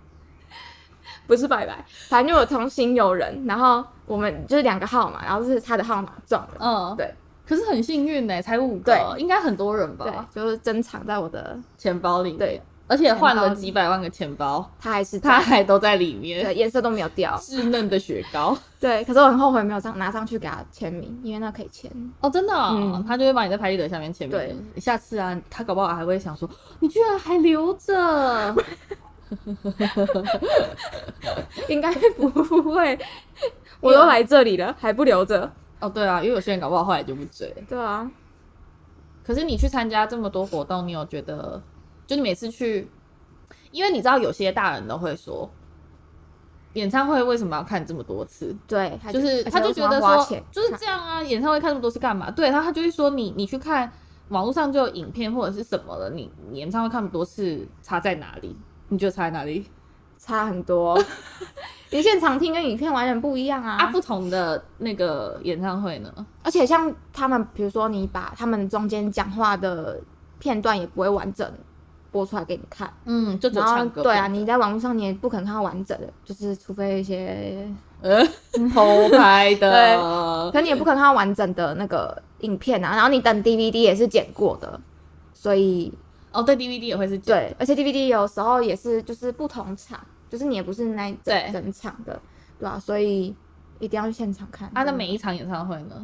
S2: 不是白白，反正我同行友人，然后我们就是两个号码，然后是他的号码中了，
S1: 嗯，
S2: 对。
S1: 可是很幸运呢、才五个，
S2: 对
S1: 应该很多人
S2: 对
S1: 吧？，
S2: 就是珍藏在我的，
S1: 钱包里面
S2: 对，
S1: 而且换
S2: 钱
S1: 了
S2: 包里
S1: 几百万个钱包，
S2: 他还是在
S1: 它嗯还都在里面，
S2: 对，颜色都没有掉。
S1: 稚嫩的雪糕。
S2: 对，可是我很后悔没有上拿上去给他签名，因为那可以签。
S1: 哦，真的、哦，
S2: 嗯
S1: 他就会把你在拍立得下面签名。
S2: 对，
S1: 下次啊，他搞不好还会想说，你居然还留着，
S2: 应该不会，我都来这里了还不留着？
S1: 哦，对啊，因为有些人搞不好后来就不追。
S2: 对啊，
S1: 可是你去参加这么多活动，你有觉得，就你每次去，因为你知道有些大人都会说，演唱会为什么要看这么多次？
S2: 对，他
S1: 就是
S2: 而且
S1: 他就
S2: 为什
S1: 觉
S2: 么
S1: 得
S2: 要花
S1: 说
S2: 钱
S1: 就是这样啊，演唱会看这么多次干嘛？对，然后他就会说你你去看网络上就有影片或者是什么了，你你演唱会看那么多次差在哪里？你觉得差在哪里？
S2: 差很多。 你现场听跟影片完全不一样啊！
S1: 啊，不同的那个演唱会呢？
S2: 而且像他们，比如说你把他们中间讲话的片段也不会完整播出来给你看，
S1: 嗯，就只有
S2: 然后
S1: 唱歌。
S2: 对啊，，你在网络上你也不可能看到完整的，就是除非一些
S1: 呃，偷拍 的，
S2: 可你也不可能看到完整的那个影片啊，然后你等 DVD 也是剪过的，所以
S1: 哦，对，DVD 也会是这样。
S2: 对，而且 DVD 有时候也是就是不同场，就是你也不是那一
S1: 对
S2: 整整场的，对吧、所以一定要去现场看。
S1: 啊，那
S2: 真的
S1: 每一场演唱会呢？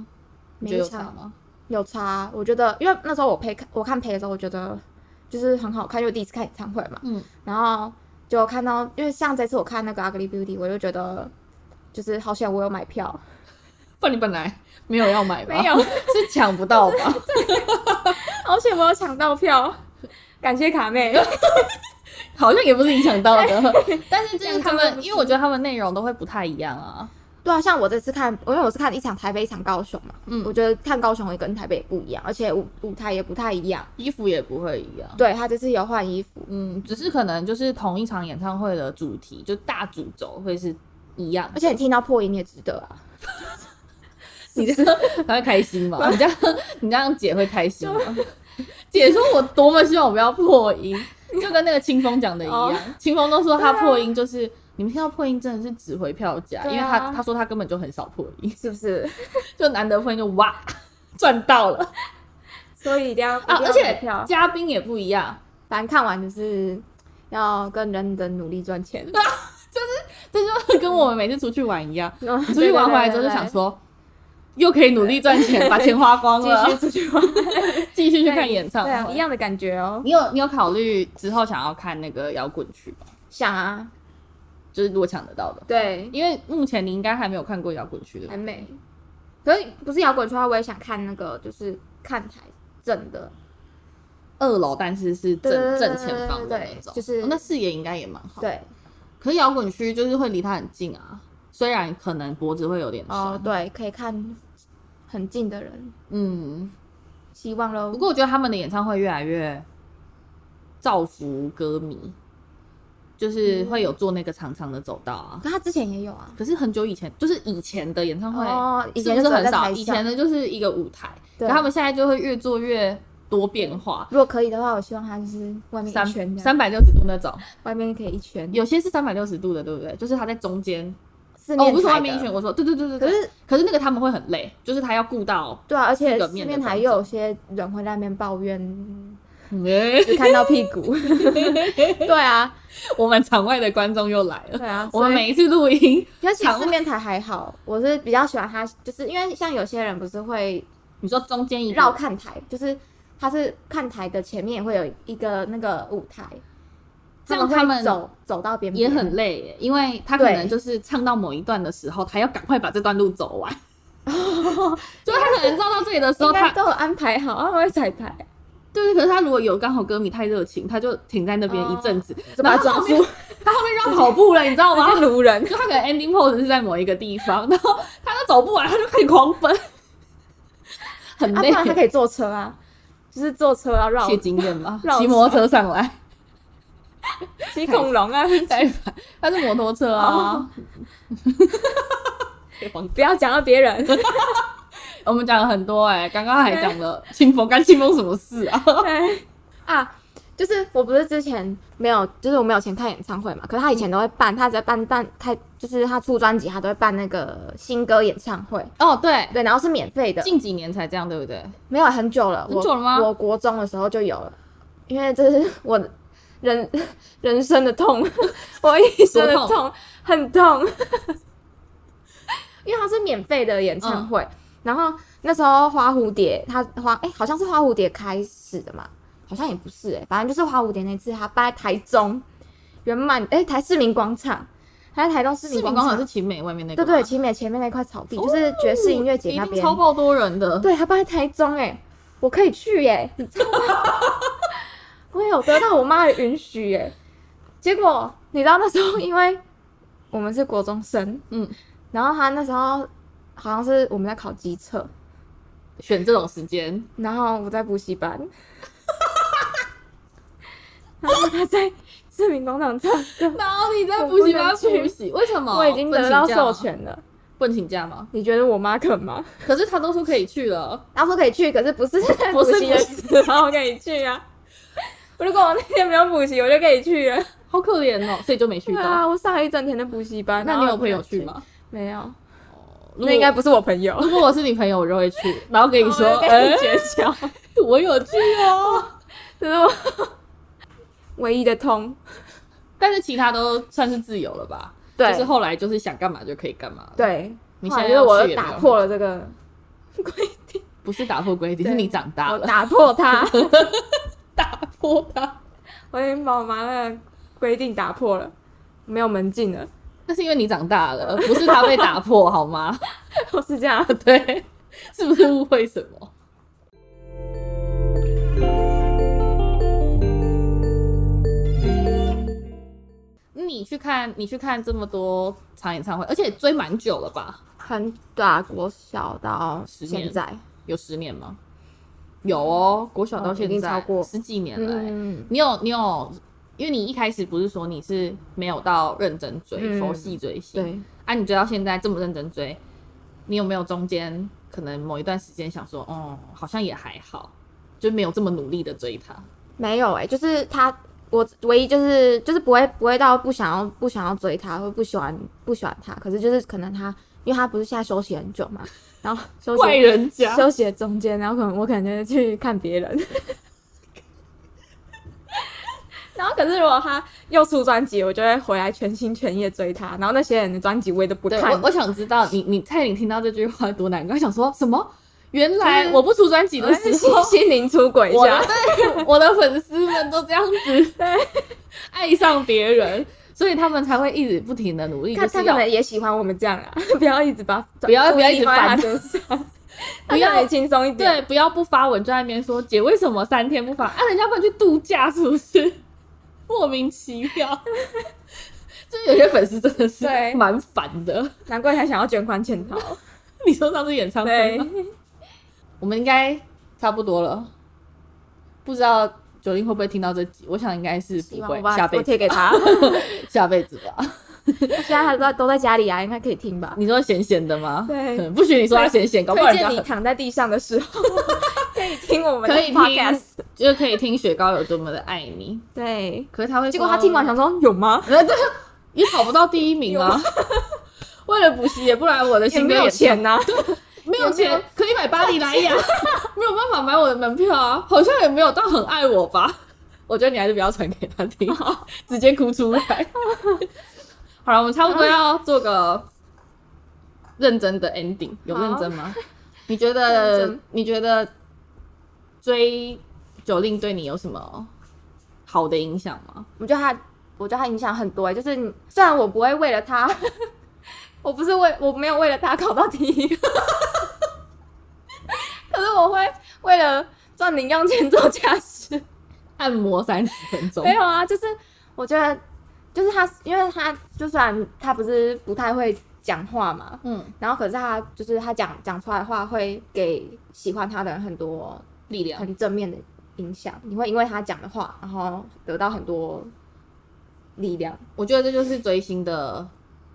S1: 你
S2: 每
S1: 觉得
S2: 一
S1: 有差
S2: 场
S1: 吗？
S2: 有差，我觉得因为那时候我陪看我看陪的时候，我觉得就是很好看，因为我第一次看演唱会嘛，
S1: 嗯，
S2: 然后就看到因为像这次我看那个 Ugly Beauty，我就觉得就是好险我有买票，
S1: 不然你本来没有要买吧？
S2: 没有
S1: 是抢不到 吧？
S2: 好险我有抢到票，感谢卡妹。
S1: 好像也不是你抢到的，但是就是他
S2: 两张都
S1: 们，
S2: 不是
S1: 因为我觉得他们内容都会不太一样啊。
S2: 对对啊，像我这次看，因为我是看一场台北，一场高雄嘛，
S1: 嗯
S2: 我觉得看高雄也跟台北也不一样，而且舞舞台也不太一样。
S1: 衣服也不会一样。
S2: 对他这次有换衣服，
S1: 嗯，只是可能就是同一场演唱会的主题，就大主轴会是一样的，
S2: 而且你听到破音你也值得啊。
S1: 你这样他会开心 吗？你这样你这样姐会开心吗？ 姐说我多么希望我不要破音，就跟那个清风讲的一样
S2: 哦，啊
S1: 清风都说他破音就是、你们听到破音真的是值回票价，
S2: 对啊
S1: 因为他他说他根本就很少破音，
S2: 是不是？
S1: 就难得破音就哇赚到了
S2: 所以一定要
S1: 啊！而且
S2: 票，
S1: 嘉宾也不一样，
S2: 反正看完就是要更认真努力赚 钱。
S1: 这就 跟我们每次出去玩一样，
S2: 嗯
S1: 你出去玩回来之后就想说。又可以努力赚钱，把钱花光
S2: 对对
S1: 了，
S2: 对 继续出去玩，
S1: 继续去看演唱
S2: 对啊，一
S1: 会。
S2: 样的感觉哦。
S1: 你有你有考虑之后想要看那个摇滚区吗？
S2: 想啊，
S1: 就是如果抢得到的。，
S2: 对，
S1: 因为目前你应该还没有看过摇滚区的
S2: 还，美。可是不是摇滚圈的话，我也想看那个，就是看台正的，
S1: 二楼但是是正
S2: 对对对
S1: 正前方的
S2: 对
S1: 那种，
S2: 就是
S1: 哦那视野应该也蛮好。，
S2: 对，
S1: 可是摇滚区就是会离它很近啊，虽然可能脖子会有点酸，
S2: 哦，对，可以看很近的人，
S1: 嗯，
S2: 希望喽
S1: 不。过我觉得他们的演唱会越来越造福歌迷，就是
S2: 嗯
S1: 会有做那个长长的走道啊。
S2: 可他之前也有啊，
S1: 可是很久以前，就是以前的演唱会，
S2: 哦，以前
S1: 是
S2: 就
S1: 不是很
S2: 只有在
S1: 少？
S2: 台
S1: 以
S2: 上
S1: 前的就是一个舞台，可
S2: 对
S1: 他们现在就会越做越多变化，
S2: 如果可以的话，我希望他就是外面
S1: 三
S2: 一圈这样，
S1: 三百六十度那种，
S2: 外面可以一圈，
S1: 有些是三百六十度的，对不对？就是它在中间。
S2: 四
S1: 哦，我
S2: 面
S1: 不是说
S2: 台
S1: 外面一
S2: 的
S1: 圈，我说对对对对
S2: 可
S1: 对。
S2: 是
S1: 可是那个他们会很累，就是他要顾到，
S2: 对啊，而且
S1: 四个
S2: 四
S1: 面的
S2: 面台
S1: 观
S2: 又
S1: 众
S2: 有些人会在那边抱怨，
S1: 哎，
S2: 只看到屁 股。对啊，
S1: 我们场外的观众又来了。
S2: 对啊，
S1: 我们
S2: 所以
S1: 每一次录音，
S2: 尤其
S1: 场
S2: 四面台还好，我是比较喜欢他，就是因为像有些人不是会
S1: 你说中间一个
S2: 绕看台，就是他是看台的前面也会有一个那个舞台，
S1: 这样
S2: 会
S1: 他们
S2: 走走到边
S1: 也
S2: 边
S1: 很累耶，因为他可能
S2: 对
S1: 就是唱到某一段的时候，他要赶快把这段路走完。 就是他可能绕到这里的时候，
S2: 应
S1: 他
S2: 该都有安排好，他们会彩排，
S1: 对对，可是他如果有刚好歌迷太热情，他就停在那边一阵子，
S2: 就
S1: 然后
S2: 把他抓
S1: 后面
S2: 住，
S1: 他后面绕跑步了，你知道吗？
S2: 直接掳人。
S1: 就啊他可能 ending pose 是在某一个地方，然后他都走不完，他就开始狂奔， 很
S2: 啊，不
S1: 累。
S2: 然他可以坐车啊，就是坐车要绕
S1: 谢经验嘛，
S2: 绕
S1: 骑摩托车上来，
S2: 骑恐龙啊，
S1: 再反他是摩托车啊
S2: 哦。
S1: 不哦
S2: 不要讲到别人。
S1: 我们讲了很多哎、刚刚还讲了清风，干清风什么事啊？
S2: 对 啊，就是我不是之前没有，就是我没有钱看演唱会嘛，可是他以前都会办，他只要办办开，就是他出专辑，他都会办那个新歌演唱会，
S1: 哦，对，
S2: 对，然后是免费的，
S1: 近几年才这样，对不对？
S2: 没有很久了，
S1: 很
S2: 我
S1: 久了吗
S2: 我国中的时候就有了，因为这是我人 人生的痛， 我一生的
S1: 多痛
S2: 痛，很痛，因为它是免费的演唱会，
S1: 嗯
S2: 然后那时候花蝴蝶，它花哎、好像是花蝴蝶开始的嘛，好像也不是哎、反正就是花蝴蝶那次，它办在台中圆满哎台市民广场，它在台东市
S1: 市
S2: 民
S1: 民
S2: 广
S1: 广
S2: 场
S1: 场是秦美外面那个
S2: 对
S1: 吗，
S2: 对，前面前面那块草地、就是爵士音乐节那
S1: 一定
S2: 边，
S1: 超爆多人的。
S2: 对，他搬在台中哎、我可以去哎、你知道吗？ 我有得到我妈的允许哎、结果你知道那时候，因为我们是国中生，
S1: 嗯，
S2: 然后他那时候好像是我们在考机测，
S1: 选这种时间，
S2: 然后我在补习班，然后他在市民广场唱歌，
S1: 然后你在
S2: 我
S1: 补
S2: 不
S1: 习
S2: 能
S1: 班
S2: 去
S1: 补习，为什么？
S2: 我已经得到授
S1: 哦 不能请假吗，
S2: 权了。
S1: 不能请假吗？
S2: 你觉得我妈肯吗？
S1: 可是他都说可以去了，
S2: 他说可以去，可是不是
S1: 不是
S2: 补习的时候可以去啊。如果我那天没有补习，我就可以去了。
S1: 好可怜哦，所以就没去
S2: 对
S1: 到。
S2: 啊，我上了一整天的补习班。
S1: 那
S2: 然
S1: 你
S2: 后
S1: 有朋友去吗？
S2: 没有，
S1: 如果
S2: 那应该不是我朋友。
S1: 如果我是你朋友，我就会去，然后跟你说，
S2: 我就
S1: 哎、
S2: 跟你绝交，
S1: 我有去哦。
S2: 这是我 唯一的通。
S1: 但是其他都算是自由了吧？
S2: 对
S1: 就是后来就是想干嘛就可以干嘛。，
S2: 对，
S1: 你
S2: 后
S1: 现
S2: 来
S1: 在
S2: 就是
S1: 要
S2: 我
S1: 去也没有
S2: 打破了这个，
S1: 不是打破规定，
S2: 对
S1: 是你长大
S2: 我
S1: 了，
S2: 打破它，
S1: 打破它。
S2: 我已经把我妈的规定打破了，没有门禁了。
S1: 那是因为你长大了，不是他被打破，好吗？
S2: 我是这样，
S1: 对，是不是误会什么？嗯，你去看，你去看这么多场演唱会，而且追蛮久了吧？
S2: 很
S1: 啊
S2: 短，国小到现在，
S1: 有十年吗？有哦，国小到
S2: 哦
S1: 现
S2: 一定
S1: 在、
S2: 超过
S1: 十几年来。
S2: 嗯，
S1: 你有你有，因为你一开始不是说你是没有到认真追，
S2: 嗯
S1: 佛系追星，
S2: 对，
S1: 啊，你追到现在这么认真追，你有没有中间可能某一段时间想说，哦，好像也还好，就没有这么努力的追他？
S2: 没有哎、就是他，我唯一就是就是不会不会到不想要不想要追他，或不喜欢不喜欢他，可是就是可能他，因为他不是现在休息很久 嘛，然后休
S1: 怪
S2: 息
S1: 人家，
S2: 休息的中间，然后可能我可能就是去看别 人。然后，可是如果他又出专辑，我就会回来全心全意地追他。然后那些人的专辑我也都不
S1: 对
S2: 看
S1: 我，我想知道你你蔡颖听到这句话多难过，她想说什么？原来
S2: 就是
S1: 我不出专辑的时候
S2: 心，心灵出轨一
S1: 我的
S2: 下。
S1: 对我的粉丝们都这样子爱上别人，所以他们才会一直不停的努力，就
S2: 看
S1: 是
S2: 他
S1: 要
S2: 可能也喜欢我们这样啊， 不要一直把
S1: 不要不要一直
S2: 把
S1: 烦
S2: 身 上，
S1: 不
S2: 不
S1: 要
S2: 要轻松一点。
S1: 对，不要不发文就在那边说姐为什么三天不发？啊，人家不能去度假是不是？ 莫名其妙， 就是有些粉丝真的是
S2: 对
S1: 蛮烦的。
S2: 难怪他想要卷款潜逃。
S1: 你说上次演唱会
S2: 对
S1: 吗，我们应该差不多了，不知道九零会不会听到这集？我想应该是不
S2: 希望
S1: 会
S2: 我，把
S1: 下
S2: 我
S1: 辈
S2: 贴
S1: 子
S2: 给他。
S1: 下辈子吧。
S2: 现在他都都在家里啊，应该可以听吧？
S1: 你说咸咸的吗？
S2: 对
S1: 嗯不许你说他咸咸，搞不好
S2: 推
S1: 人
S2: 荐
S1: 家
S2: 你
S1: 很
S2: 躺在地上的时 候可以听我们的
S1: 可以听
S2: podcast。
S1: 就是可以听雪糕有多么的爱你。
S2: 对，
S1: 可是他会，
S2: 结果他听完想说有吗？
S1: 也考不到第一名啊。 为了补习，也不来我的
S2: 也
S1: 新
S2: 没
S1: 歌
S2: 有
S1: 演唱
S2: 钱啊呐、
S1: 没有
S2: 也没
S1: 钱
S2: 有
S1: 可以买巴黎莱 雅，没有办法买我的门票啊，好像也没有到很爱我吧。 我觉得你还是不要传给他 听，直接哭出来。 好了，我们差不多要做个认真的 ending，有认真吗？你觉
S2: 认
S1: 得
S2: 真
S1: 你觉得追九令对你有什么好的影响吗？
S2: 我觉得他，我觉得他影响很多、欸。就是你虽然我不会为了他， 我不是为我没有为了他考到第一， 可是我会为了赚零用钱做家事。
S1: 按摩三十分钟
S2: 没，有啊，就是我觉得，就是他，因为他就算他不是不太会讲话嘛，
S1: 嗯，
S2: 然后可是他就是他讲讲出来的话，会给喜欢他的人很多
S1: 力量。
S2: 很正面的影响。你会因为他讲的话，然后得到很多力量。
S1: 我觉得这就是追星的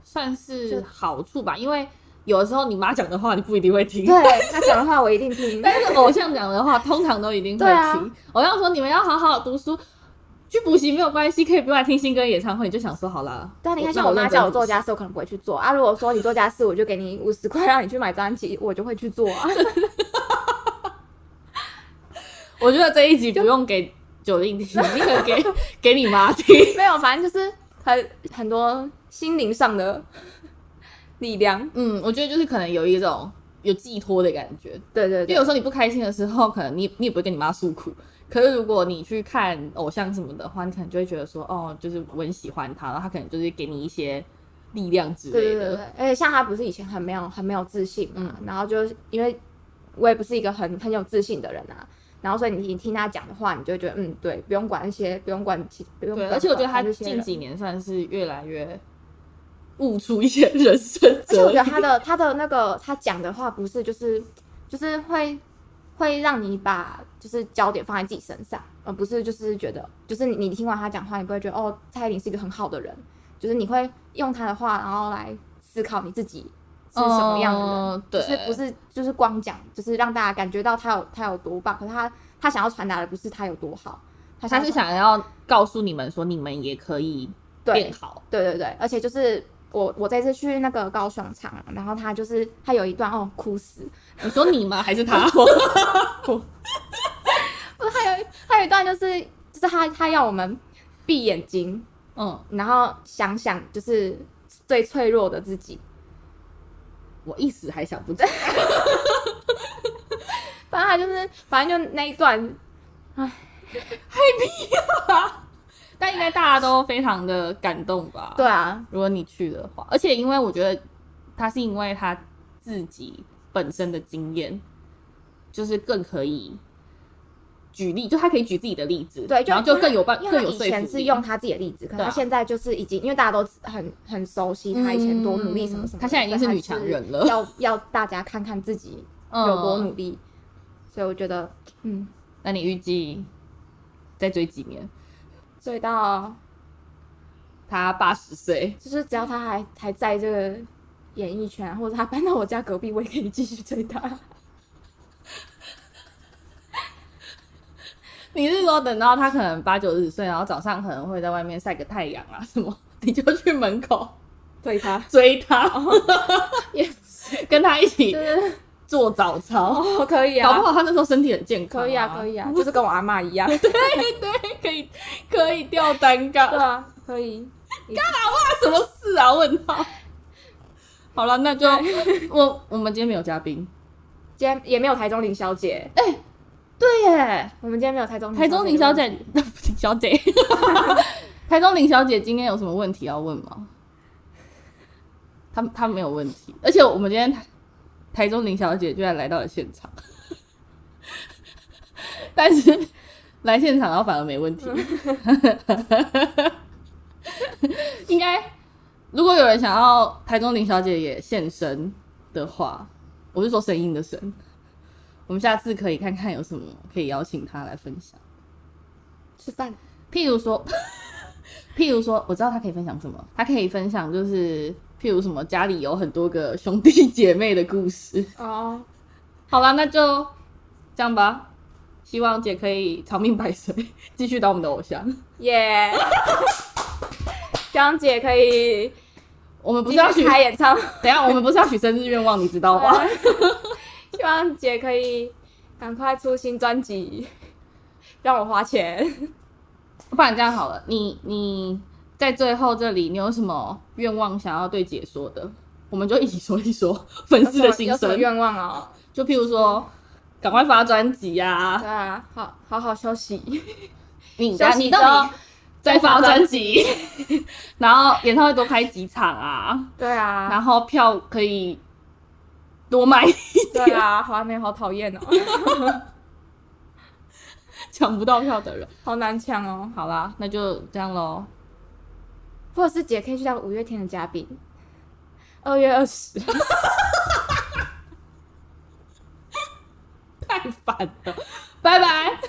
S1: 算是好处吧，因为有的时候你妈讲的话你不一定会听，
S2: 对他讲的话，我一定 听。
S1: 但是偶像讲的话通常都一定会
S2: 对啊
S1: 听。偶像说你们要好好读书，去补习没有关系，可以不用来听新歌演唱会，你就想说好啦。
S2: 对啊，你看
S1: 那
S2: 像我妈
S1: 认真
S2: 叫我
S1: 读
S2: 做
S1: 书，
S2: 家事，我可能不会去做啊。如果说你做家事，我就给你五十块让你去买专辑，我就会去做啊。
S1: 我觉得这一集不用给九令听，你可以给 给你妈 听。
S2: 没有，反正就是很很多心灵上的力量。
S1: 嗯，我觉得就是可能有一种有寄托的感觉，
S2: 对对
S1: 因为
S2: 对
S1: 有，时候你不开心的时候，可能你你也不会跟你妈诉苦。可是如果你去看偶像什么的话，你可能就会觉得说，哦，就是我很喜欢他，然后他可能就是给你一些力量之
S2: 对
S1: 类
S2: 对
S1: 的。
S2: 对对。而且像他不是以前很没有很没有自信嘛，然后就是因为我也不是一个很很有自信的人啊。然后，所以你你听他讲的话，你就会觉得，嗯，对，不用管那些，不用管其，不用
S1: 对
S2: 管。
S1: 而且我觉得他
S2: 管这些
S1: 近
S2: 人
S1: 几年算是越来越悟出一些人生
S2: 而且我
S1: 哲
S2: 觉得
S1: 理。
S2: 他的他的那个他讲的话不是就是就是会会让你把就是焦点放在自己身上，而不是就是觉得就是你你听完他讲话，你不会觉得哦蔡依林是一个很好的人，就是你会用他的话然后来思考你自己是什么样的人，
S1: 嗯对
S2: 就是不是就是光讲，就是让大家感觉到他有他有多棒，可是他他想要传达的不是他有多好，他
S1: 他
S2: 想要
S1: 是想要告诉你们说，你们也可以
S2: 对
S1: 变好。
S2: 对对对，而且就是我我这次去那个高雄场，然后他就是他有一段哦哭死，
S1: 你说你吗？还是 他？
S2: 不是还有还有一段就是就是他他要我们闭眼睛，
S1: 嗯，
S2: 然后想想就是最脆弱的自己。
S1: 我一时还想 不起来。
S2: 反正他就是反正就那一段，
S1: 但应该大家都非常的感动吧？
S2: 对啊，
S1: 如果你去的话，而且因为我觉得他是因为他自己本身的经验，就是更可以举例，就他可以举自己的例子，
S2: 对，就
S1: 然后就更有办
S2: 因为
S1: 更
S2: 他
S1: 有
S2: 以
S1: 说服
S2: 前
S1: 力。
S2: 是用他自己的例子，可
S1: 对啊
S2: 他现在就是已经，因为大家都很很熟悉他以前多努力什么什么的，
S1: 嗯他现在已经是
S2: 所以
S1: 女强人了
S2: 就是要要大家看看自己
S1: 嗯
S2: 有多努力，所以我觉得，嗯，
S1: 那你预计再追几年？
S2: 所以到
S1: 他八十岁，
S2: 就是只要他还还在这个演艺圈，或者他搬到我家隔壁，我也可以继续追他。
S1: 你是说等到他可能八九十岁，然后早上可能会在外面晒个太阳啊什么， 你就去门口
S2: 对 他
S1: 追他，
S2: 也
S1: 跟他一起
S2: 哦就是
S1: 做早操？
S2: 哦，可以
S1: 搞不
S2: 啊，
S1: 好他那时候身体很健康、
S2: 可以啊，可
S1: 以
S2: 以啊，就是跟我阿妈一 样。
S1: 可以可以吊单杠
S2: 对。啊，可以。
S1: 什么事啊？问号。好了，那就我我们今天没有嘉宾。
S2: 今天也没有台中林小姐，
S1: 对耶，
S2: 我们今天没有哎台中
S1: 台中林
S2: 这个
S1: 小
S2: 问题
S1: 姐，林小姐， 台中林小姐今天有什么问题要问吗？她她没有问题，而且我们今天台台中林小姐居然来到了现场， 但是来现场然后反而没问题，应该如果有人想要台中林小姐也现身的话，我是说声音的声，我们下次可以看看有什么可以邀请她来分享。
S2: 吃饭。
S1: 譬如说， 譬如说，我知道他可以分享什么，他可以分享就是譬如什么家里有很多个兄弟姐妹的故事。
S2: 哦，
S1: 好啦，那就这样吧。希望姐可以长命百岁，继续当我们的偶像。
S2: 耶！ 江姐可以
S1: 我们不
S2: 继
S1: 是
S2: 续
S1: 要许，
S2: 开演唱会，
S1: 等一下我们不是要许生日愿望，你知道吗？
S2: 希望姐可以赶快出新专辑，让我花钱。
S1: 不然这样好了，你你在最后这里，你有什么愿望想要对姐说的？我们就一起说一说粉丝的心
S2: 有什么
S1: 声。
S2: 愿 望哦？
S1: 就譬如说，赶快发专辑呀
S2: 对，啊，好好好休息。
S1: 你
S2: 休息
S1: 你
S2: 之
S1: 到
S2: 后
S1: 底再发专辑，然后演唱会多开几场啊，
S2: 对啊，
S1: 然后票可以多卖，
S2: 对啊，华美好讨厌哦，
S1: 抢不到票的人。
S2: 好难抢哦。
S1: 好啦，那就这样喽。
S2: 或者是姐可以去当五月天的嘉宾，二月二十。
S1: 太烦了，拜拜。